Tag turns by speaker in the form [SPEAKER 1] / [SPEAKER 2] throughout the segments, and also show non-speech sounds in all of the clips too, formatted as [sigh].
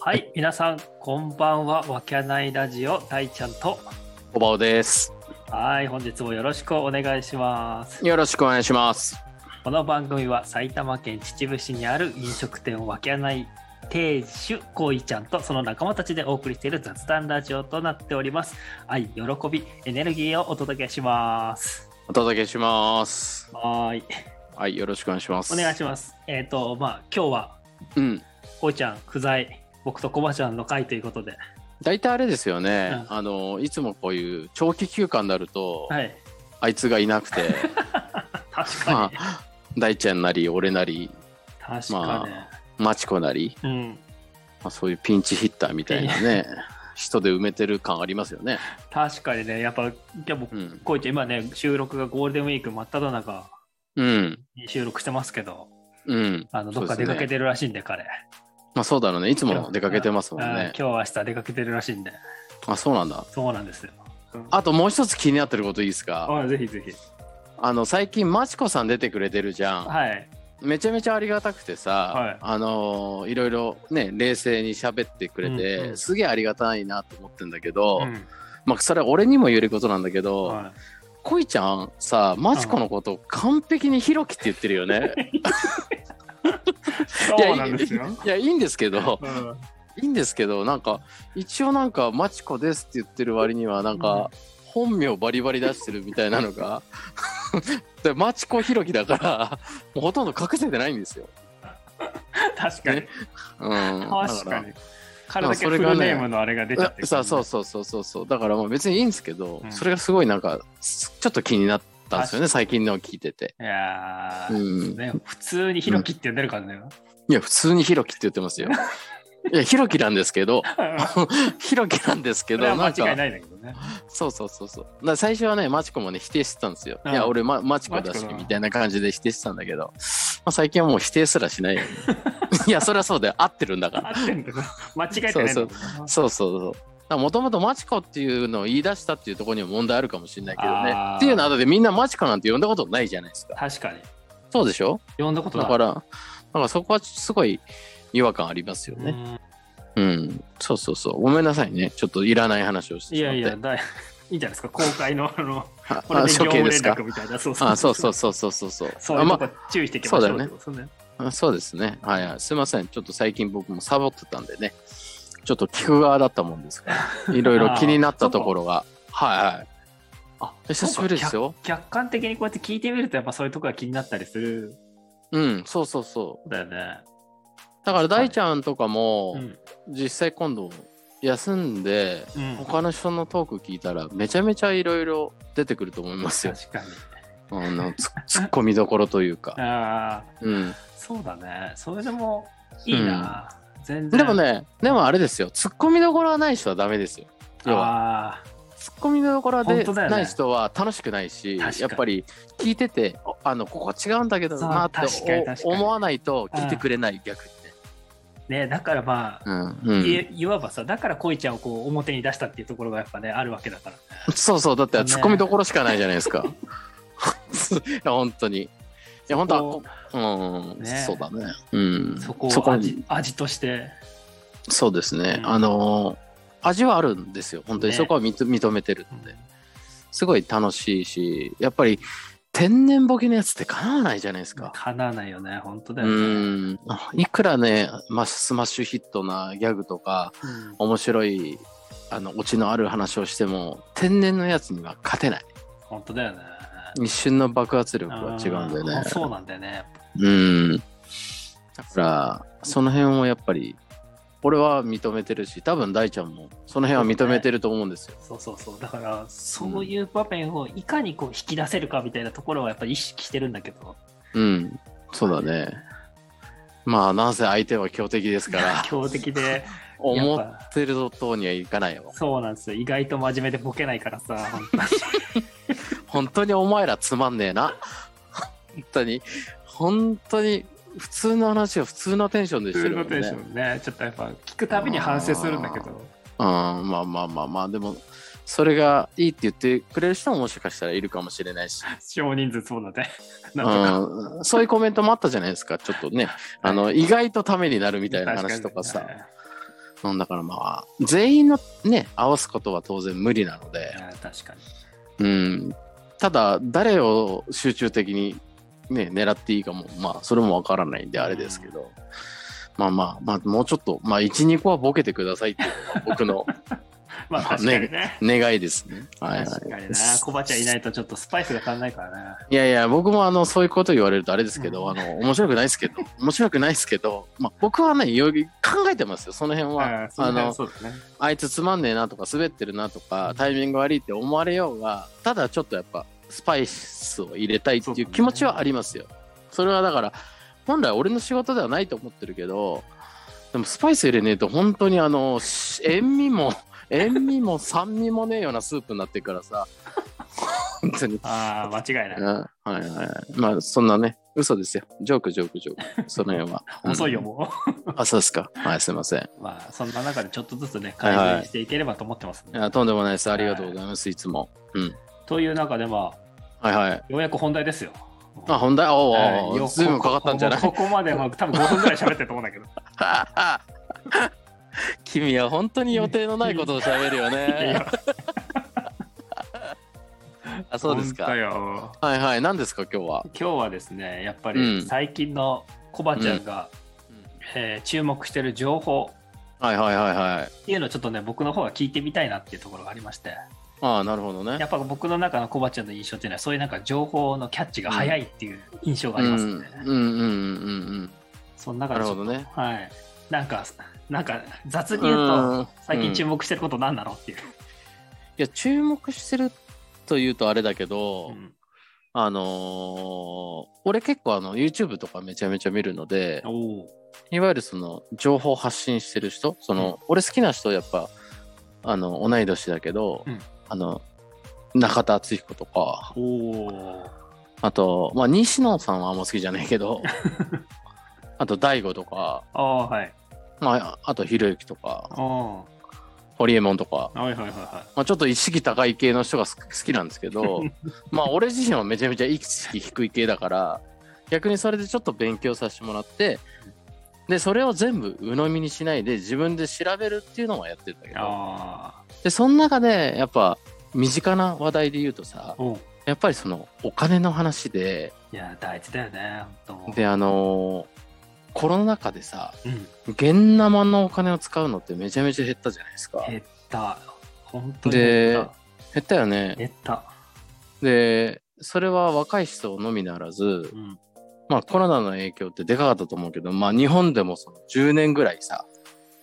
[SPEAKER 1] はい、皆さん、こんばんは。わけないラジオ、大ちゃんと。
[SPEAKER 2] おばおです。
[SPEAKER 1] はい、本日もよろしくお願いします。
[SPEAKER 2] よろしくお願いします。
[SPEAKER 1] この番組は埼玉県秩父市にある飲食店をわけない亭主こいちゃんとその仲間たちでお送りしている雑談ラジオとなっております。愛、喜び、エネルギーをお届けします。
[SPEAKER 2] お届けします。
[SPEAKER 1] はーい、
[SPEAKER 2] はい、よろしくお願いします。
[SPEAKER 1] お願いします。えっ、と、まあ、今日は
[SPEAKER 2] うん。
[SPEAKER 1] こいちゃん不在、僕とコバちゃんの会ということで。
[SPEAKER 2] 大体あれですよね、
[SPEAKER 1] う
[SPEAKER 2] あのいつもこういう長期休暇になると、
[SPEAKER 1] はい、
[SPEAKER 2] あいつがいなく
[SPEAKER 1] [laughs]
[SPEAKER 2] て
[SPEAKER 1] 確か
[SPEAKER 2] ま
[SPEAKER 1] に。
[SPEAKER 2] あ大ちゃんなり俺なり
[SPEAKER 1] 確かね。
[SPEAKER 2] マチコなり、
[SPEAKER 1] うん。
[SPEAKER 2] まあ、そういうピンチヒッターみたいなね人で埋めてる感ありますよね。
[SPEAKER 1] 確かにね、やっぱ、今日も
[SPEAKER 2] うん、
[SPEAKER 1] こういった今ね、収録がゴールデンウィーク真っ只中
[SPEAKER 2] うん、
[SPEAKER 1] に収録してますけど、
[SPEAKER 2] うん、
[SPEAKER 1] あのどっか
[SPEAKER 2] そう
[SPEAKER 1] 出
[SPEAKER 2] ですね
[SPEAKER 1] かけてるらしいんで、彼。
[SPEAKER 2] まあそうだろうねいつも出かけてますもん
[SPEAKER 1] うん今
[SPEAKER 2] ね
[SPEAKER 1] 日。明日出かけてるらしいんで、
[SPEAKER 2] あそうなんだ。
[SPEAKER 1] そうなんですよ。
[SPEAKER 2] あともう一つ気になってることいいですか。
[SPEAKER 1] あぜひぜひ。
[SPEAKER 2] あの最近マチコさん出てくれてるじゃん、
[SPEAKER 1] はい。
[SPEAKER 2] めちゃめちゃありがたくてさ、
[SPEAKER 1] はい
[SPEAKER 2] あのーいろいろね冷静に喋ってくれて、
[SPEAKER 1] うんうん
[SPEAKER 2] すげえありがたいなと思ってんだけど、
[SPEAKER 1] うん
[SPEAKER 2] まあそれは俺にも言えることなんだけど、
[SPEAKER 1] は
[SPEAKER 2] こいちゃんさマチコのことを完璧にヒロキって言ってるよね
[SPEAKER 1] いそうなんですよ。
[SPEAKER 2] いやいいんですけど
[SPEAKER 1] うん
[SPEAKER 2] いいんですけどなんか一応なんかマチコですって言ってる割にはなんか、本名バリバリ出してるみたいなのが [laughs] でマチコヒロキだからもうほとんど隠せてないんですよ
[SPEAKER 1] 確かに
[SPEAKER 2] ね。うん、
[SPEAKER 1] 確かに。彼だけフ
[SPEAKER 2] まあそれがね
[SPEAKER 1] ルネームのあれが出ちゃってる
[SPEAKER 2] さあそうそうそうそうそうだからもう別にいいんですけど、
[SPEAKER 1] うん
[SPEAKER 2] それがすごいなんかすちょっと気になったんですよね最近のを聞いてて、
[SPEAKER 1] いや
[SPEAKER 2] う
[SPEAKER 1] ー、
[SPEAKER 2] ん、
[SPEAKER 1] ね、普通にヒロキって呼んでるからね。
[SPEAKER 2] いや普通にヒロキって言ってま
[SPEAKER 1] [laughs]
[SPEAKER 2] すよいやヒロキなんですけど [laughs] ヒロキなんですけ
[SPEAKER 1] そ
[SPEAKER 2] ど
[SPEAKER 1] れは
[SPEAKER 2] な
[SPEAKER 1] 間
[SPEAKER 2] んか
[SPEAKER 1] 違いないんだけどね。
[SPEAKER 2] そうそうそうそうだから最初はねマチコもね否定してたんですよ、
[SPEAKER 1] うん
[SPEAKER 2] いや俺、ま、マチコだ
[SPEAKER 1] マチ
[SPEAKER 2] し
[SPEAKER 1] コだ
[SPEAKER 2] みたいな感じで否定してたんだけど、まあ、最近はもう否定すらし
[SPEAKER 1] [laughs]
[SPEAKER 2] ないよ、ね、いやそりゃそうだよ合ってるんだから
[SPEAKER 1] 合ってんだな間違えてないんだもんな
[SPEAKER 2] そうそうそう。もともとマチコっていうのを言い出したっていうところにも問題あるかもしれないけど
[SPEAKER 1] あー
[SPEAKER 2] ね。っていうのはだってみんなマチコなんて呼んだことないじゃないですか。
[SPEAKER 1] 確かに。
[SPEAKER 2] そうでしょ
[SPEAKER 1] 呼んだこと
[SPEAKER 2] だ
[SPEAKER 1] ない
[SPEAKER 2] から、だからそこはすごい違和感ありますよね。うん、そうそうそう。ごめんなさいね。ちょっといらない話をして
[SPEAKER 1] い
[SPEAKER 2] しま
[SPEAKER 1] や
[SPEAKER 2] って。
[SPEAKER 1] いや、だい [laughs] いいんじゃないですか、公開の、あの、
[SPEAKER 2] あ
[SPEAKER 1] これ
[SPEAKER 2] あ
[SPEAKER 1] で業務
[SPEAKER 2] 処刑
[SPEAKER 1] 連
[SPEAKER 2] ですか
[SPEAKER 1] 絡。みたいな、そう
[SPEAKER 2] あそうそうそうそうそうそう。
[SPEAKER 1] そうい
[SPEAKER 2] あ
[SPEAKER 1] うと
[SPEAKER 2] ま
[SPEAKER 1] こ注意していきましょう
[SPEAKER 2] そうだよね
[SPEAKER 1] ってことですね。
[SPEAKER 2] あそうですね。はいはい。すいません。ちょっと最近僕もサボってたんでね。ちょっと聞く側だったもんで
[SPEAKER 1] [laughs]
[SPEAKER 2] すから。いろいろ気になったところが。はいはい。
[SPEAKER 1] あ
[SPEAKER 2] 久しぶりですよ。
[SPEAKER 1] 客観的にこうやって聞いてみると、やっぱそういうとこが気になったりする
[SPEAKER 2] うん、そうそうそう。
[SPEAKER 1] んだよね。
[SPEAKER 2] だから大ちゃんとかも
[SPEAKER 1] うん。
[SPEAKER 2] 実際今度休んで
[SPEAKER 1] うん
[SPEAKER 2] 他の人のトーク聞いたらめちゃめちゃいろいろ出てくると思いますよ。
[SPEAKER 1] 確かに。
[SPEAKER 2] あのツ [laughs] ッツッコミどころというか。
[SPEAKER 1] ああ、
[SPEAKER 2] うん、
[SPEAKER 1] そうだね。それでもいいな。全然。
[SPEAKER 2] でも、ねでもあれですよツッコミどころはない人はダメですよ。要は
[SPEAKER 1] ああ、
[SPEAKER 2] ツッコミどころで
[SPEAKER 1] 本当だよね
[SPEAKER 2] ない人は楽しくないし、
[SPEAKER 1] 確かに
[SPEAKER 2] やっぱり聞いてておあのここ違うんだけどなって
[SPEAKER 1] そう確かに確か
[SPEAKER 2] お
[SPEAKER 1] に
[SPEAKER 2] 思わないと聞いてくれない逆にね。
[SPEAKER 1] ね、だからまあ、
[SPEAKER 2] うんうん
[SPEAKER 1] いいわばさ、だから恋ちゃんをこう表に出したっていうところがやっぱね、あるわけだから。
[SPEAKER 2] そうそう、だって
[SPEAKER 1] ね
[SPEAKER 2] ツッコミどころしかないじゃないですか。いや、本当に。いや、本当はこ、うん、
[SPEAKER 1] ね
[SPEAKER 2] そうだね。うん。
[SPEAKER 1] そこ
[SPEAKER 2] そ
[SPEAKER 1] を
[SPEAKER 2] こ
[SPEAKER 1] 味味として。
[SPEAKER 2] そうですね。
[SPEAKER 1] うん
[SPEAKER 2] あのー味はあるんですよ。本当に、
[SPEAKER 1] ね
[SPEAKER 2] そこは認認めてるんで。すごい楽しいし、やっぱり天然ボケのやつって叶わないじゃないですか。
[SPEAKER 1] かなわないよね、本当だ
[SPEAKER 2] う
[SPEAKER 1] よね。
[SPEAKER 2] ん。いくらね、まあ、スマッシュヒットなギャグとか、
[SPEAKER 1] うん
[SPEAKER 2] 面白い、あの、オチのある話をしても、天然のやつには勝てない。
[SPEAKER 1] 本当だよね。
[SPEAKER 2] 一瞬の爆発力は違うんだよ
[SPEAKER 1] あ
[SPEAKER 2] ね
[SPEAKER 1] ー。そうなんだよね。
[SPEAKER 2] うん。だから、その辺をやっぱり、俺は認めてるし、多分大ちゃんも、その辺は認めてると思うんですよ。
[SPEAKER 1] そうそうそう。だから、そういう場面をいかにこう引き出せるかみたいなところはやっぱり意識してるんだけど、
[SPEAKER 2] うん。そうだね。まあ、なんせ相手は強敵ですから、
[SPEAKER 1] 強敵で、
[SPEAKER 2] 思
[SPEAKER 1] やっ
[SPEAKER 2] っ
[SPEAKER 1] ぱ
[SPEAKER 2] てるとにはいかないよ。
[SPEAKER 1] そうなんですよ。意外と真面目でボケないからさ、本当に
[SPEAKER 2] 本当にお前らつまんねえな。本当に、本当に、普通の話を普通のテンションでし
[SPEAKER 1] 普
[SPEAKER 2] て
[SPEAKER 1] 通
[SPEAKER 2] るも
[SPEAKER 1] の
[SPEAKER 2] ん
[SPEAKER 1] テ
[SPEAKER 2] ね。
[SPEAKER 1] ンションね、ちょっとやっぱ聞くたびに反省するんだけど、
[SPEAKER 2] うん、まあまあまあまあ、でも、それがいいって言ってくれる人ももしかしたらいるかもしれないし。
[SPEAKER 1] 少人数そうだね。 [laughs] なんとか。
[SPEAKER 2] うん、そういうコメントもあったじゃないですか、ちょっとね、あの意外とためになるみたいな話とかさ、
[SPEAKER 1] 確にね
[SPEAKER 2] なんだからまあ、全員のね、合わすことは当然無理なので、
[SPEAKER 1] や確かに
[SPEAKER 2] うん、ただ、誰を集中的に、ね、狙っていいかも、まあ、それもわからないんで、あれですけど、まあまあ、まあ、もうちょっと、まあ、1、2個はボケてくださいっていうのが僕の
[SPEAKER 1] まあ
[SPEAKER 2] まあ
[SPEAKER 1] 確かにね
[SPEAKER 2] 願いですね。はいはい、
[SPEAKER 1] 確かになコバちゃんいないとちょっとスパイスが足んないからない
[SPEAKER 2] やいや、僕もあの、そういうこと言われるとあれですけど、
[SPEAKER 1] うん
[SPEAKER 2] あの、面白くないで
[SPEAKER 1] [laughs]
[SPEAKER 2] すけど、面白くないですけど、まあ、僕はね、より考えてますよ、その辺は。
[SPEAKER 1] あそんな
[SPEAKER 2] の
[SPEAKER 1] そうだね
[SPEAKER 2] あいつつまんねえなとか、滑ってるなとか、タイミング悪いって思われようが、ただちょっとやっぱ、スパイスを入れたいって
[SPEAKER 1] そうだ
[SPEAKER 2] いう
[SPEAKER 1] ね
[SPEAKER 2] 気持ちはありますよ。それはだから、本来俺の仕事ではないと思ってるけど、でもスパイス入れねえと、本当にあの、し塩味も、塩味も酸味もねえようなスープになってるから
[SPEAKER 1] [laughs]
[SPEAKER 2] さ、本当に。
[SPEAKER 1] ああ間違いない。
[SPEAKER 2] はいはいはい。まあそんなね、嘘ですよ。ジョークジョークジョーク。その辺は
[SPEAKER 1] [laughs] 遅いよも
[SPEAKER 2] うん。あ、そうですか。はい、すいません。いう
[SPEAKER 1] [laughs] まあそんな中でちょっとずつね改善していければと思ってますね
[SPEAKER 2] やとんでもないです。ありがとうございます。いつも。うん。
[SPEAKER 1] という中でまあ
[SPEAKER 2] はいはい。
[SPEAKER 1] ようやく本題ですよ
[SPEAKER 2] あ、本題おう
[SPEAKER 1] はい
[SPEAKER 2] おうお
[SPEAKER 1] よ
[SPEAKER 2] う。ずいぶんかかったんじゃない
[SPEAKER 1] ここここまでは多分5分ぐらい喋ってると思うんだ
[SPEAKER 2] [laughs]
[SPEAKER 1] けど
[SPEAKER 2] 君は本当に予定のないことを喋る
[SPEAKER 1] [laughs]
[SPEAKER 2] よ
[SPEAKER 1] い
[SPEAKER 2] ね。
[SPEAKER 1] や
[SPEAKER 2] あ、そうですか
[SPEAKER 1] 本。当よ
[SPEAKER 2] はいはい。何ですか、今日は。
[SPEAKER 1] 今日はですねやっぱ
[SPEAKER 2] う
[SPEAKER 1] り
[SPEAKER 2] ん
[SPEAKER 1] 最近のコバちゃんが、えー注目してる情報
[SPEAKER 2] はいはいはいはい。
[SPEAKER 1] っていうのをちょっとね僕の方が聞いてみたいなっていうところがありまして
[SPEAKER 2] ああ、なるほどね
[SPEAKER 1] や。っぱ僕の中のコバちゃんの印象っていうのはそういうなんか情報のキャッチが早いっていう印象があ
[SPEAKER 2] う
[SPEAKER 1] り
[SPEAKER 2] んう
[SPEAKER 1] ま
[SPEAKER 2] ん
[SPEAKER 1] すね、
[SPEAKER 2] うんうんうん
[SPEAKER 1] その
[SPEAKER 2] うん。
[SPEAKER 1] 中
[SPEAKER 2] な
[SPEAKER 1] で
[SPEAKER 2] る
[SPEAKER 1] ちょ
[SPEAKER 2] ほ
[SPEAKER 1] っと
[SPEAKER 2] どね。
[SPEAKER 1] はいなんかなんか雑に言うと
[SPEAKER 2] うん
[SPEAKER 1] 最近注目してること何なのっていう、
[SPEAKER 2] いや注目してるというとあれだけど、
[SPEAKER 1] うん
[SPEAKER 2] あのー俺結構あの YouTube とかめちゃめちゃ見るので
[SPEAKER 1] おお
[SPEAKER 2] いわゆるその情報発信してる人その、俺好きな人やっぱあの同い年だけど、
[SPEAKER 1] うん
[SPEAKER 2] あの中田敦彦とか
[SPEAKER 1] おー
[SPEAKER 2] あと、まあ、西野さんはあんま好きじゃないけど
[SPEAKER 1] [laughs]
[SPEAKER 2] あと大悟とか、
[SPEAKER 1] ああはい
[SPEAKER 2] まあ、あとひろゆきと
[SPEAKER 1] あ
[SPEAKER 2] か
[SPEAKER 1] あ
[SPEAKER 2] ホリエモンとか、
[SPEAKER 1] はいはいはいは
[SPEAKER 2] まあ、ちょっと意識高い系の人が好き好きなんですけどまあ俺自身はめちゃめちゃ意識低い系だから逆にそれでちょっと勉強させてもらってでそれを全部鵜呑みにしないで自分で調べるっていうのはやってるんだけ
[SPEAKER 1] い
[SPEAKER 2] ど
[SPEAKER 1] あ
[SPEAKER 2] でその中でやっぱ身近な話題で言うとさ
[SPEAKER 1] あおう
[SPEAKER 2] やっぱりそのお金の話で
[SPEAKER 1] いや大事だよね本当
[SPEAKER 2] であのーコロナ禍でさ
[SPEAKER 1] うん
[SPEAKER 2] 現生のお金を使うのってめちゃめちゃ減ったじゃないですか
[SPEAKER 1] 減った本当に減った
[SPEAKER 2] 減ったよね
[SPEAKER 1] 減った
[SPEAKER 2] でそれは若い人のみならず
[SPEAKER 1] うん
[SPEAKER 2] まあコロナの影響ってでかかったと思うけど、まあ日本でもその10年ぐらいさ、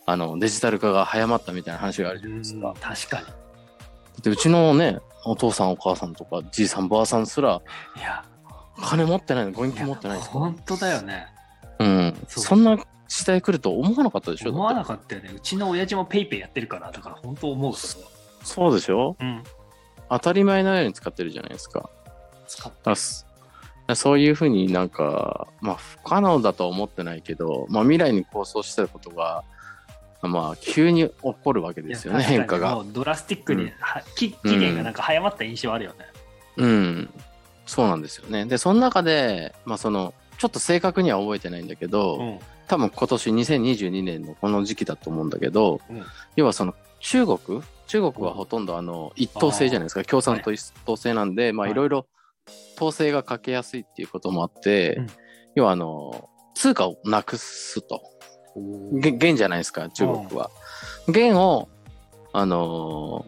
[SPEAKER 2] あのデジタル化が早まったみたいな話があるじゃないです
[SPEAKER 1] う
[SPEAKER 2] か
[SPEAKER 1] ん。確か
[SPEAKER 2] で、うちのね、お父さんお母さんとかじいさんばあさんすら
[SPEAKER 1] にいや
[SPEAKER 2] 金持ってないの、現
[SPEAKER 1] い
[SPEAKER 2] 金
[SPEAKER 1] や
[SPEAKER 2] 持ってないです
[SPEAKER 1] 本当だよね
[SPEAKER 2] うん。
[SPEAKER 1] そう
[SPEAKER 2] そんな時代来ると思わなかったでしょ
[SPEAKER 1] 思わな
[SPEAKER 2] か
[SPEAKER 1] かったよねうちの親父もペイペイやってるからだから本当思うそれは
[SPEAKER 2] った。そうでしょ
[SPEAKER 1] うん
[SPEAKER 2] 当たり前のように使ってるじゃないですか。
[SPEAKER 1] 使っ
[SPEAKER 2] だすそういうふうになんか、まあ不可能だとは思ってないけど、まあ未来に構想してたことが、まあ急に起こるわけですよね、
[SPEAKER 1] いや
[SPEAKER 2] 変化
[SPEAKER 1] 確かに
[SPEAKER 2] が。
[SPEAKER 1] もうドラスティックに、
[SPEAKER 2] うん
[SPEAKER 1] はき期限がなんか早まった印象あるよね、
[SPEAKER 2] うん、そうなんですよね。で、その中で、まあ、その、ちょっと正確には覚えてないんだけど、
[SPEAKER 1] うん
[SPEAKER 2] 多分今年2022年のこの時期だと思うんだけど、
[SPEAKER 1] うん
[SPEAKER 2] 要はその中国、中国はほとんどあの一党制じゃないですか、共産党一党制なんで、まあ
[SPEAKER 1] はい
[SPEAKER 2] いろいろ統制がかけやすいっていうこともあって、
[SPEAKER 1] うん
[SPEAKER 2] 要はあの、通貨をなくすと。げ元じゃないですか、中国は。元を、あの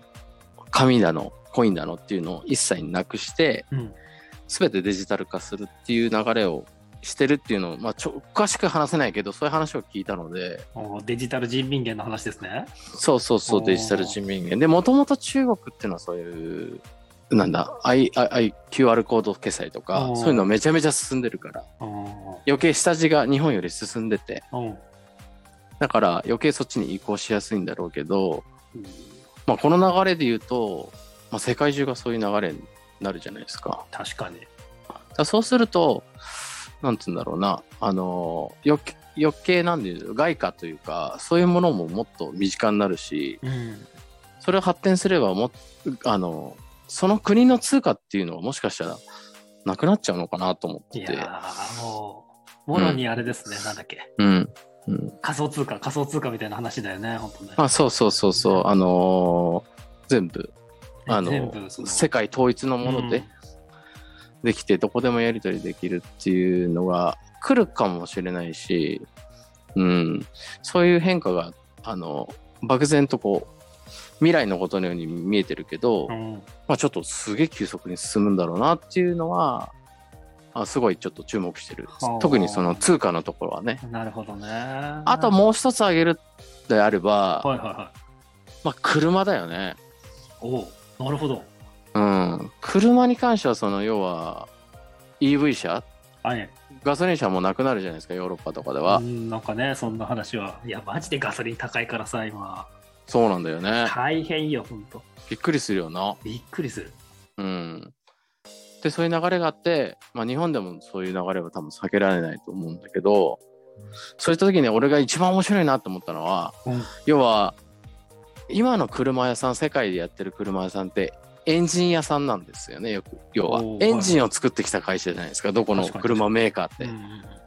[SPEAKER 2] ー紙だの、コインだのっていうのを一切なくして、
[SPEAKER 1] うん
[SPEAKER 2] すべてデジタル化するっていう流れをしてるっていうのを、まあ、ちょ詳しく話せないけど、そういう話を聞いたので、
[SPEAKER 1] おーデジタル人民元の話ですね
[SPEAKER 2] そうそうそ
[SPEAKER 1] お
[SPEAKER 2] う、
[SPEAKER 1] ー
[SPEAKER 2] デジタル人民元。で、もともと中国っていうのはそういう、なんだ、I I I QR コード決済とか
[SPEAKER 1] お、ー
[SPEAKER 2] そういうのめちゃめちゃ進んでるから、
[SPEAKER 1] うん
[SPEAKER 2] 余計下地が日本より進んでて、
[SPEAKER 1] うん
[SPEAKER 2] だから余計そっちに移行しやすいんだろうけど、まあ、この流れで言うと、まあ、世界中がそういう流れになるじゃないですか。
[SPEAKER 1] 確かに
[SPEAKER 2] だからそうすると、なんつうんだろうな、あの余計余計なんでいう外貨というか、そういうものももっと身近になるし、
[SPEAKER 1] うん
[SPEAKER 2] それを発展すればもっ、あのその国の通貨っていうのはもしかしたらなくなっちゃうのかなと思っ
[SPEAKER 1] い
[SPEAKER 2] て
[SPEAKER 1] や
[SPEAKER 2] て、
[SPEAKER 1] ーもうもろにあれですね、なんだっけ
[SPEAKER 2] うん、うん、
[SPEAKER 1] 仮想通貨、仮想通貨みたいな話だよね、本当ね。
[SPEAKER 2] あそうそうそうそうあのー全部あの
[SPEAKER 1] 全部その
[SPEAKER 2] 世界統一のもの
[SPEAKER 1] うん
[SPEAKER 2] でできてどこでもやり取りできるっていうのが来るかもしれないし、うん、そういう変化があの漠然とこう未来のことのように見えてるけど、
[SPEAKER 1] うん、
[SPEAKER 2] まあ、ちょっとすげえ急速に進むんだろうなっていうのはあすごいちょっと注目してる
[SPEAKER 1] はあ
[SPEAKER 2] 特にその通貨のところはね
[SPEAKER 1] なるほどね。あ
[SPEAKER 2] あともう一つ挙げるであれば、
[SPEAKER 1] はいはいはい。
[SPEAKER 2] まあ、車だよね。
[SPEAKER 1] おお、なるほど。
[SPEAKER 2] うん、車に関してはその要は EV 車
[SPEAKER 1] はい。
[SPEAKER 2] ガソリン車もなくなるじゃないですかヨーロッパとかでは、
[SPEAKER 1] うんなんかね、そんな話は。いや、マジでガソリン高いからさ、今。
[SPEAKER 2] そうなんだよね
[SPEAKER 1] 大変よ、ほんと。
[SPEAKER 2] びっくりするよな
[SPEAKER 1] びっくりする。
[SPEAKER 2] うんでそういう流れがあって、まあ、日本でもそういう流れは多分避けられないと思うんだけどそういった時に俺が一番面白いなと思ったのは、
[SPEAKER 1] うん
[SPEAKER 2] 要は今の車屋さん世界でやってる車屋さんってエンジン屋さんなんですよねよく要は
[SPEAKER 1] おー
[SPEAKER 2] エンジンを作ってきた会社じゃないですかどこの
[SPEAKER 1] 確かに
[SPEAKER 2] 車メーカーって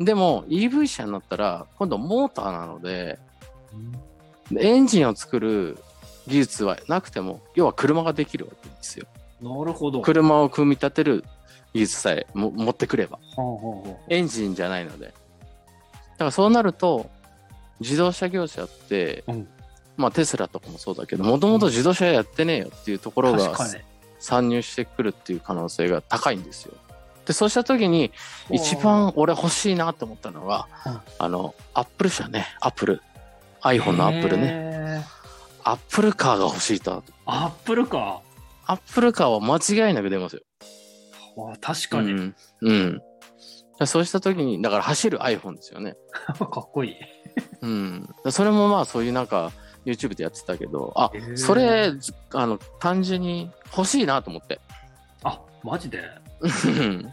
[SPEAKER 1] う。ん
[SPEAKER 2] でも EV 車になったら今度モーターなので
[SPEAKER 1] うん
[SPEAKER 2] エンジンを作る技術はなくても要は車ができるわけですよ
[SPEAKER 1] なるほど。
[SPEAKER 2] 車を組み立てる技術さえも持ってくれば
[SPEAKER 1] ほうほうほう
[SPEAKER 2] エンジンじゃないのでだからそうなると自動車業者って、
[SPEAKER 1] うん
[SPEAKER 2] まあテスラとかもそうだけどもともと自動車やってねえよっていうところが
[SPEAKER 1] 確か
[SPEAKER 2] 参入してくるっていう可能性が高いんですよでそうした時に
[SPEAKER 1] に。
[SPEAKER 2] 一番俺欲しいなと思ったのが、
[SPEAKER 1] うん
[SPEAKER 2] あのアップル社ねアップル iPhone のアップルね
[SPEAKER 1] ね。
[SPEAKER 2] アップルカーが欲しいと
[SPEAKER 1] アップルか。
[SPEAKER 2] アップルカーは間違いなく出ますよ
[SPEAKER 1] わ確かに、 [laughs]
[SPEAKER 2] う
[SPEAKER 1] か
[SPEAKER 2] ん、うん、だからそうした時にだから走る iPhone ですよね
[SPEAKER 1] っこいい。
[SPEAKER 2] うんだからそれもまあそういうなんか YouTube でやってたけどあ
[SPEAKER 1] へー
[SPEAKER 2] それあの単純に欲しいなと思って
[SPEAKER 1] あマジで
[SPEAKER 2] うん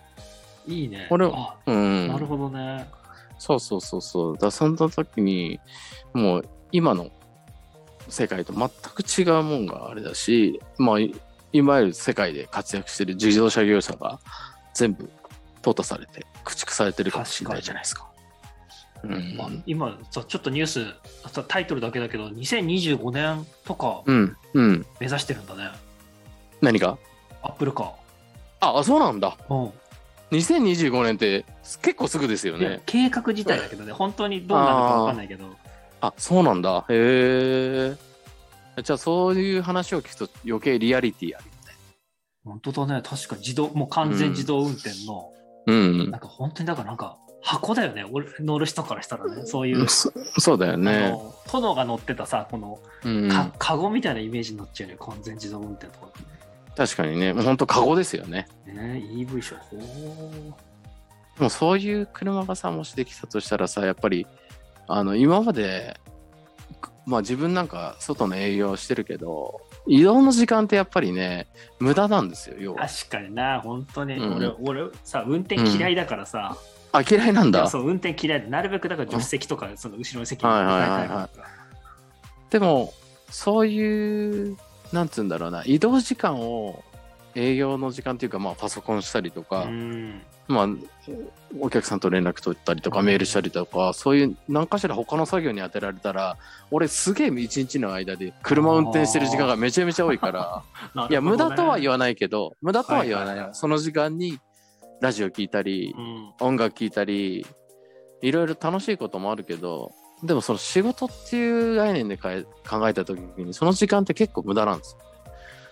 [SPEAKER 1] いいね。
[SPEAKER 2] これ
[SPEAKER 1] あ
[SPEAKER 2] うん
[SPEAKER 1] なるほどね。
[SPEAKER 2] そうそうそうそう。だからそんな時に、もう今の世界と全く違うもんがあれだし、まあ、い今いる世界で活躍してる自動車業者が全部淘汰されて、駆逐されてるかもしれないじゃないですか。うん
[SPEAKER 1] まあ、今さちょっとニュースさタイトルだけだけど2025年とか
[SPEAKER 2] うん、うん。
[SPEAKER 1] 目指してるんだね。
[SPEAKER 2] 何が
[SPEAKER 1] アップルか。
[SPEAKER 2] あ、あそうなんだ。
[SPEAKER 1] うん
[SPEAKER 2] 2025年って結構すぐですよ
[SPEAKER 1] いや
[SPEAKER 2] ね。
[SPEAKER 1] 計画自体だけどね本当にどうなるかわかんないけど。
[SPEAKER 2] あ、そうなんだ。へえ。じゃあそういう話を聞くと余計リアリティある。
[SPEAKER 1] 本当だね確か自動もう完全自動運転の、
[SPEAKER 2] うん
[SPEAKER 1] なんか本当にだからなんか箱だよね俺乗る人からしたらねそういうう、
[SPEAKER 2] ん。そそうだよ
[SPEAKER 1] あ
[SPEAKER 2] ね。
[SPEAKER 1] の殿が乗ってたさこの
[SPEAKER 2] うん、
[SPEAKER 1] かカゴみたいなイメージになっちゃうよね完全自動運転とか
[SPEAKER 2] 確かにね、もう本当カゴですよね。
[SPEAKER 1] ね EV 車ほー
[SPEAKER 2] でもそういう車がさ、もしできたとしたらさ、やっぱり、あの、今まで、まあ自分なんか外の営業してるけど、移動の時間ってやっぱりね、無駄なんですよ、要は。
[SPEAKER 1] 確かにな本当に、
[SPEAKER 2] うん
[SPEAKER 1] 俺俺さ運転嫌いだからさ、
[SPEAKER 2] あ、嫌いな
[SPEAKER 1] い
[SPEAKER 2] ん
[SPEAKER 1] や
[SPEAKER 2] だ。
[SPEAKER 1] そう運転嫌いでなるべくだから助手席とかその後ろの席に
[SPEAKER 2] は
[SPEAKER 1] 置
[SPEAKER 2] い
[SPEAKER 1] き
[SPEAKER 2] はい
[SPEAKER 1] 換
[SPEAKER 2] は
[SPEAKER 1] え
[SPEAKER 2] い
[SPEAKER 1] た
[SPEAKER 2] はいでも、そういう、なんつうんだろうな、移動時間を営業の時間っていうか、まあパソコンしたりとか、
[SPEAKER 1] うん
[SPEAKER 2] まあ、お客さんと連絡取ったりとか、メールしたりとか、そういう何かしら他の作業に当てられたら、俺すげえ一日の間で車運転してる時間がめちゃめちゃ多
[SPEAKER 1] [laughs]
[SPEAKER 2] いから、
[SPEAKER 1] なるほどね
[SPEAKER 2] いや、無駄とは言わないけど、無駄とは言わない。
[SPEAKER 1] はいはいはい
[SPEAKER 2] その時間にラジオ聞いたり、
[SPEAKER 1] うん
[SPEAKER 2] 音楽聞いたり、いろいろ楽しいこともあるけど、でもその仕事っていう概念でかえ考えた時に、その時間って結構無駄なんですよ。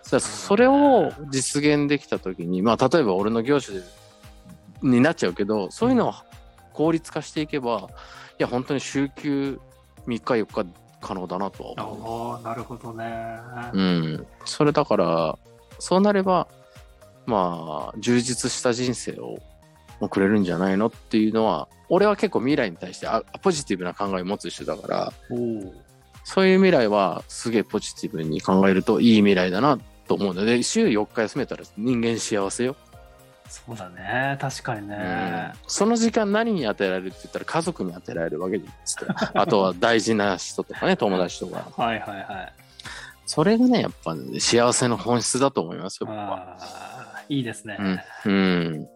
[SPEAKER 2] だからそれを実現できた時に、まあ、例えば俺の業種でになっちゃうけどそういうのを効率化していけば、いや本当に週休3日4日可能だなとは思う
[SPEAKER 1] おーなるほどね、
[SPEAKER 2] うん、それだからそうなればまあ充実した人生を送れるんじゃないのっていうのは俺は結構未来に対してあポジティブな考えを持つ人だから
[SPEAKER 1] おお
[SPEAKER 2] そういう未来はすげえポジティブに考えるといい未来だなと思うので週4日休めたら人間幸せよ、
[SPEAKER 1] そうだね確かにね、
[SPEAKER 2] その時間何に当てられるって言ったら家族に当てられるわけじゃないですかあとは大事な人とかね友達とか
[SPEAKER 1] はいはいはい
[SPEAKER 2] それがねやっぱ、ね、幸せの本質だと思いますよ僕は。
[SPEAKER 1] あーいいですね、
[SPEAKER 2] うんうん。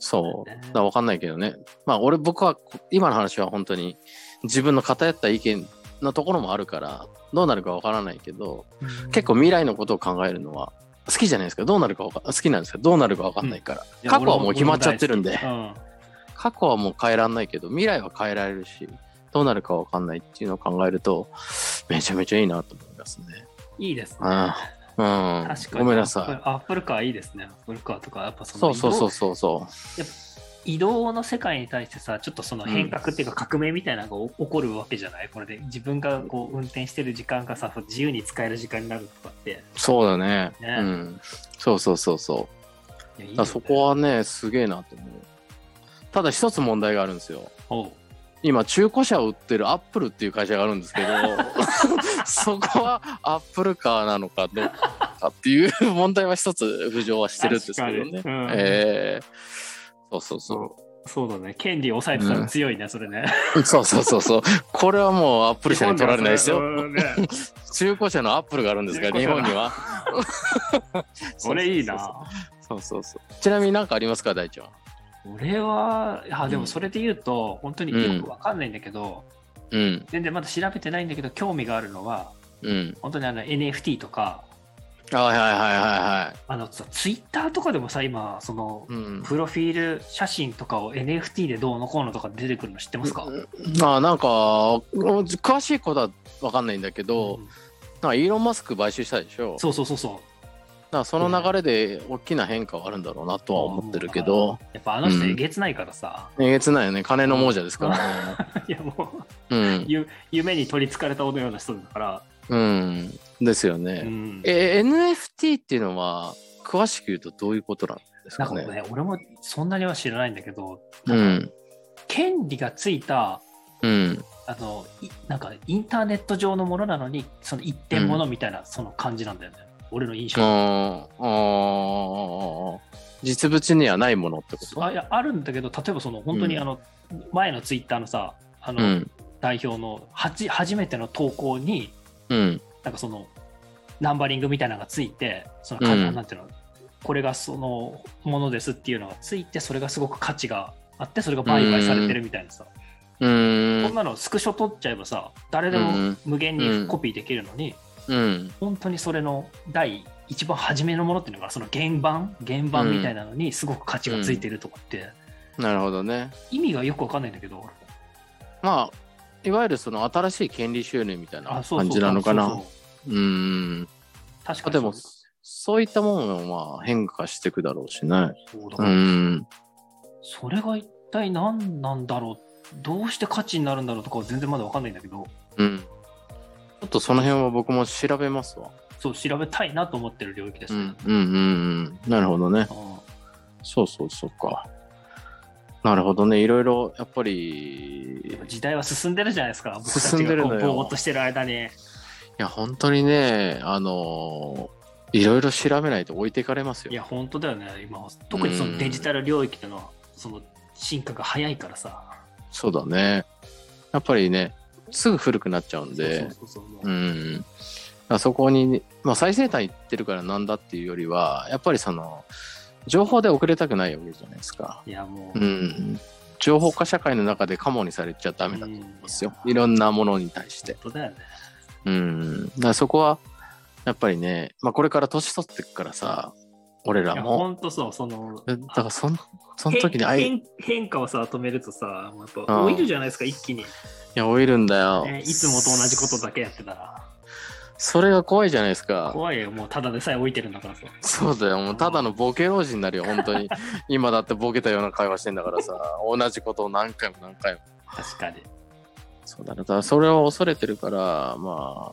[SPEAKER 2] そう。
[SPEAKER 1] ね
[SPEAKER 2] だからわかんないけどね。まあ、俺、僕は、今の話は本当に、自分の偏った意見のところもあるからどうなるかわからないけど結構未来のことを考えるのは好きじゃないですかどうなるかわか好きなんですけどどうなるかわかんないから、
[SPEAKER 1] いや
[SPEAKER 2] 過去はもう決まっちゃってるんで
[SPEAKER 1] 俺も俺も大好き
[SPEAKER 2] 過去はもう変えられないけど未来は変えられるしどうなるかわかんないっていうのを考えるとめちゃめちゃいいなと思いますね。
[SPEAKER 1] うん、いいですね。
[SPEAKER 2] うん、うん
[SPEAKER 1] 確、かに
[SPEAKER 2] ごめんなさ
[SPEAKER 1] アップルカーいいですね。アップルカーとか、やっぱ
[SPEAKER 2] い。
[SPEAKER 1] その移
[SPEAKER 2] そう
[SPEAKER 1] 動
[SPEAKER 2] そうそうそうそ
[SPEAKER 1] 移動の世界に対してさ、ちょっとその変革っていうか革命みたいなのが起こるわけじゃないこれで自分がこう運転してる時間がさ、自由に使える時間になるとかって。
[SPEAKER 2] う。そうだね。
[SPEAKER 1] ね
[SPEAKER 2] うん。そうそうそうそう。
[SPEAKER 1] いやいい
[SPEAKER 2] だ
[SPEAKER 1] よね
[SPEAKER 2] からそこはね、すげえなと思う。ただ一つ問題があるんですよ。
[SPEAKER 1] おう
[SPEAKER 2] 今、中古車を売ってるアップルっていう会社があるんです
[SPEAKER 1] [laughs]
[SPEAKER 2] けど、そこはアップルカーなのかどうかっていう問題は一つ浮上はしてるんですけどね
[SPEAKER 1] 確。かにうん
[SPEAKER 2] えーそうそうそ
[SPEAKER 1] そうだね。権利を抑えてたら強いね、それね。
[SPEAKER 2] う。そうそうそうそう。これはもうアップル社に取られないですよ。
[SPEAKER 1] うんね
[SPEAKER 2] [laughs] 中古車のアップルがあるんですから、日
[SPEAKER 1] 中
[SPEAKER 2] 本
[SPEAKER 1] 古
[SPEAKER 2] に
[SPEAKER 1] 車 [laughs]
[SPEAKER 2] は。
[SPEAKER 1] これいいな。
[SPEAKER 2] そうそうそう。ちなみになんかありますか、大ちゃん。
[SPEAKER 1] 俺は、あ、でもそれで言うと、本当によくわかんないんだけど、
[SPEAKER 2] うん。
[SPEAKER 1] 全然まだ調べてないんだけど、興味があるのは、
[SPEAKER 2] うん。
[SPEAKER 1] 本当にあの NFT とか、
[SPEAKER 2] あはいはいはいはいはい。
[SPEAKER 1] あのさ、ツイッターとかでもさ、今、その、
[SPEAKER 2] うん。
[SPEAKER 1] プロフィール写真とかを NFT でどうのこうのとか出てくるの知ってますか、
[SPEAKER 2] まあなんか詳しいことは分かんないんだけど、
[SPEAKER 1] うん
[SPEAKER 2] なんかイーロン・マスク買収したでしょ
[SPEAKER 1] そうそうそうそう。
[SPEAKER 2] なんかその流れで大きな変化はあるんだろうなとは思ってるけど、
[SPEAKER 1] やっぱあの人
[SPEAKER 2] うん
[SPEAKER 1] えげつないからさ、 [laughs]
[SPEAKER 2] えげつないよね金の亡者ですからね
[SPEAKER 1] いやもう
[SPEAKER 2] うん、
[SPEAKER 1] ゆ、夢に取りつかれた男のような人だから、
[SPEAKER 2] うん、ですよ
[SPEAKER 1] う
[SPEAKER 2] ね、
[SPEAKER 1] ん。
[SPEAKER 2] え NFT っていうのは詳しく言うとどういうことなんです
[SPEAKER 1] なん
[SPEAKER 2] か
[SPEAKER 1] か
[SPEAKER 2] ね
[SPEAKER 1] ね、俺もそんなには知らないんだけど、
[SPEAKER 2] う
[SPEAKER 1] なんか
[SPEAKER 2] ん
[SPEAKER 1] 権利がついた
[SPEAKER 2] うん
[SPEAKER 1] あのいなんかインターネット上のものなのにその一点ものみたいな、その感じなんだよね俺の印象
[SPEAKER 2] あーあー実物にはないものってこ
[SPEAKER 1] あいやあるんだけど例えばその本当に
[SPEAKER 2] うん
[SPEAKER 1] あの、前のツイッターのさあ
[SPEAKER 2] とう
[SPEAKER 1] の、
[SPEAKER 2] ん
[SPEAKER 1] 代表のはじ初めての投稿に
[SPEAKER 2] うん
[SPEAKER 1] なんかそのナンバリングみたいなのがついてその、
[SPEAKER 2] うん
[SPEAKER 1] なんていうのこれがそのものですっていうのがついてそれがすごく価値があってそれが売買されてるみたいなさ、
[SPEAKER 2] うー
[SPEAKER 1] こん
[SPEAKER 2] ん
[SPEAKER 1] なのスクショ取っちゃえばさ誰で
[SPEAKER 2] う
[SPEAKER 1] も
[SPEAKER 2] ん
[SPEAKER 1] 無限にコピーできるのに、
[SPEAKER 2] うん
[SPEAKER 1] 本当にそれの第一番初めのものっていうのがその原版原版みたいなのにすごく価値がついてるとかって、
[SPEAKER 2] なるほどね
[SPEAKER 1] 意味がよくわかんないんだけど
[SPEAKER 2] まあいわゆるその新しい権利収入みたいな
[SPEAKER 1] あそうそう
[SPEAKER 2] 感じなのか
[SPEAKER 1] そう
[SPEAKER 2] な
[SPEAKER 1] そう
[SPEAKER 2] うーん
[SPEAKER 1] 確か
[SPEAKER 2] あ
[SPEAKER 1] に
[SPEAKER 2] でも
[SPEAKER 1] そう
[SPEAKER 2] そういったものもまあ変化していくだろうしね
[SPEAKER 1] そうだ
[SPEAKER 2] う
[SPEAKER 1] から
[SPEAKER 2] ーん
[SPEAKER 1] それが一体何なんだろうどうして価値になるんだろうとかは全然まだわかんないんだけど
[SPEAKER 2] うんちょっとその辺は僕も調べますわ
[SPEAKER 1] そう調べたいなと思ってる領域です
[SPEAKER 2] う
[SPEAKER 1] ね
[SPEAKER 2] ん、うんうんうんなるほどね
[SPEAKER 1] うん
[SPEAKER 2] そうそうそうかなるほどねいろいろやっぱり
[SPEAKER 1] 時代は進んでるじゃないですか僕た
[SPEAKER 2] 進ん
[SPEAKER 1] ち
[SPEAKER 2] でる
[SPEAKER 1] がこ
[SPEAKER 2] の
[SPEAKER 1] う
[SPEAKER 2] よ
[SPEAKER 1] ぼーっとしてる間に
[SPEAKER 2] いや本当にねあのいろいろ調べないと置いていかれます
[SPEAKER 1] い
[SPEAKER 2] よ
[SPEAKER 1] や本当だよね今特にそのデジタル領域でのその進化が早いからさ
[SPEAKER 2] そうだねやっぱりねすぐ古くなっちゃうんで
[SPEAKER 1] そうそうそうそう
[SPEAKER 2] うん、あそこに、まあ、最先端行ってるからなんだっていうよりはやっぱりその情報で遅れたくないわけじゃないですか、
[SPEAKER 1] いやもう、
[SPEAKER 2] うん、情報化社会の中でカモにされちゃダメだと思いますよ、いろんなものに対して、
[SPEAKER 1] 本当だよね。
[SPEAKER 2] うん、だからそこはやっぱりね、まあ、これから年取ってくからさ俺
[SPEAKER 1] い
[SPEAKER 2] ら
[SPEAKER 1] や
[SPEAKER 2] も
[SPEAKER 1] 本当そう、その、
[SPEAKER 2] だからそんその
[SPEAKER 1] 変
[SPEAKER 2] 時にあいい
[SPEAKER 1] 変変化をさ、止めるとさ、もうやっ
[SPEAKER 2] う
[SPEAKER 1] ぱ
[SPEAKER 2] ん
[SPEAKER 1] 老いるじゃないですか、一気に、
[SPEAKER 2] や老いるんだよ、
[SPEAKER 1] ね。いつもと同じことだけやってたら。
[SPEAKER 2] それが怖いじゃないですか
[SPEAKER 1] 怖いよ、もうただでさえ老いてるんだからさ。
[SPEAKER 2] そうだよ、もうただのボケ老人になる [laughs] よ、本当に。今だってボケたような会話してんだからさ、同じことを何回も何回も。
[SPEAKER 1] 確かに。
[SPEAKER 2] そうだね、だからそれを恐れてるから、まあ、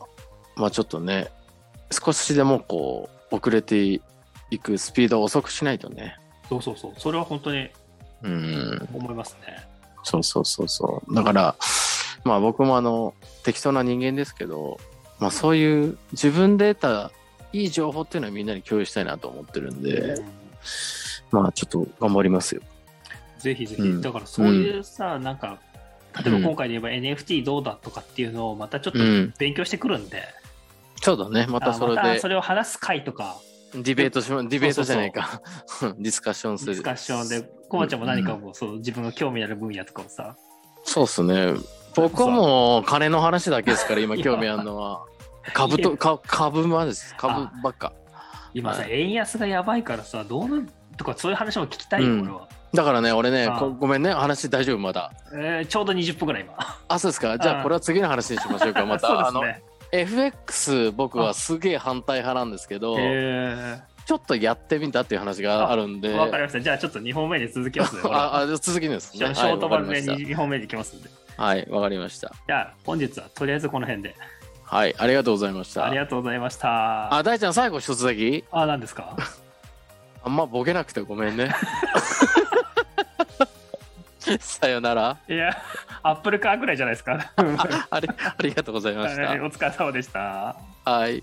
[SPEAKER 2] まあちょっとね、少しでもこう、遅れていくスピードを遅くしないとね。
[SPEAKER 1] そうそうそう、それは本当に
[SPEAKER 2] うん、
[SPEAKER 1] 思いますね。
[SPEAKER 2] そうそうそうそう。だから、まあ僕もあの、適当な人間ですけど、まあそういう自分で得たいい情報っていうのはみんなに共有したいなと思ってるんで
[SPEAKER 1] う、ん
[SPEAKER 2] まあちょっと頑張りますよ。
[SPEAKER 1] ぜひぜひ、
[SPEAKER 2] うん
[SPEAKER 1] だからそういうさ、なんか、例えば今回で言えば NFT どうだとかっていうのをまたちょっと
[SPEAKER 2] うん
[SPEAKER 1] 勉強してくるんで、
[SPEAKER 2] そうだね、また
[SPEAKER 1] あ
[SPEAKER 2] それ
[SPEAKER 1] また
[SPEAKER 2] で
[SPEAKER 1] そ。れを話す回とか、
[SPEAKER 2] ディベートしま、ディベートじゃないか。 [laughs] ディスカッションす
[SPEAKER 1] ディ
[SPEAKER 2] る。
[SPEAKER 1] スカッションで、コバちゃんも何かもう、そう自分が興味ある分野とかをさ、
[SPEAKER 2] そうっすね。僕はもう金の話だけですから、今興味あるのは。株と、か株までです。株ばっか。
[SPEAKER 1] 今さ、
[SPEAKER 2] は
[SPEAKER 1] 円安がやばいからさ、どうなとか、そういう話も聞きたい
[SPEAKER 2] うん
[SPEAKER 1] よ、俺は。
[SPEAKER 2] だからね、俺ね
[SPEAKER 1] あ、あ
[SPEAKER 2] こごめんね、話大丈夫、まだ。
[SPEAKER 1] えーちょうど20分ぐらい今。
[SPEAKER 2] あ、そうですか。じゃ
[SPEAKER 1] ああ
[SPEAKER 2] あ、これは次の話にしましょ
[SPEAKER 1] [laughs]
[SPEAKER 2] うか。また、あ
[SPEAKER 1] そう
[SPEAKER 2] の
[SPEAKER 1] で、すね。
[SPEAKER 2] FX、僕はすげえ反対派なんですけど、
[SPEAKER 1] え
[SPEAKER 2] ちょっとやってみたっていう話があるんで
[SPEAKER 1] ー、、わかりました。じゃあちょっと2本目で続きますね。俺は
[SPEAKER 2] あ、あ、じゃあ続きです
[SPEAKER 1] じゃ
[SPEAKER 2] ね。
[SPEAKER 1] あショート版で
[SPEAKER 2] はいわかりまし
[SPEAKER 1] 2本目でいきますんで。
[SPEAKER 2] た。はい、わかりました。
[SPEAKER 1] じゃあ本日はとりあえずこの辺で。
[SPEAKER 2] はい、ありがとうございました。
[SPEAKER 1] ありがとうございました。あ、
[SPEAKER 2] あ、大ちゃん、最後一つだけ
[SPEAKER 1] 何ですか
[SPEAKER 2] あんまボケなくてごめん [laughs] ね。さよなら。
[SPEAKER 1] いや、アップルカーぐらいじゃないですか。 [laughs]
[SPEAKER 2] あありありがとうございまし
[SPEAKER 1] はいお疲れ様でした。
[SPEAKER 2] た。はい。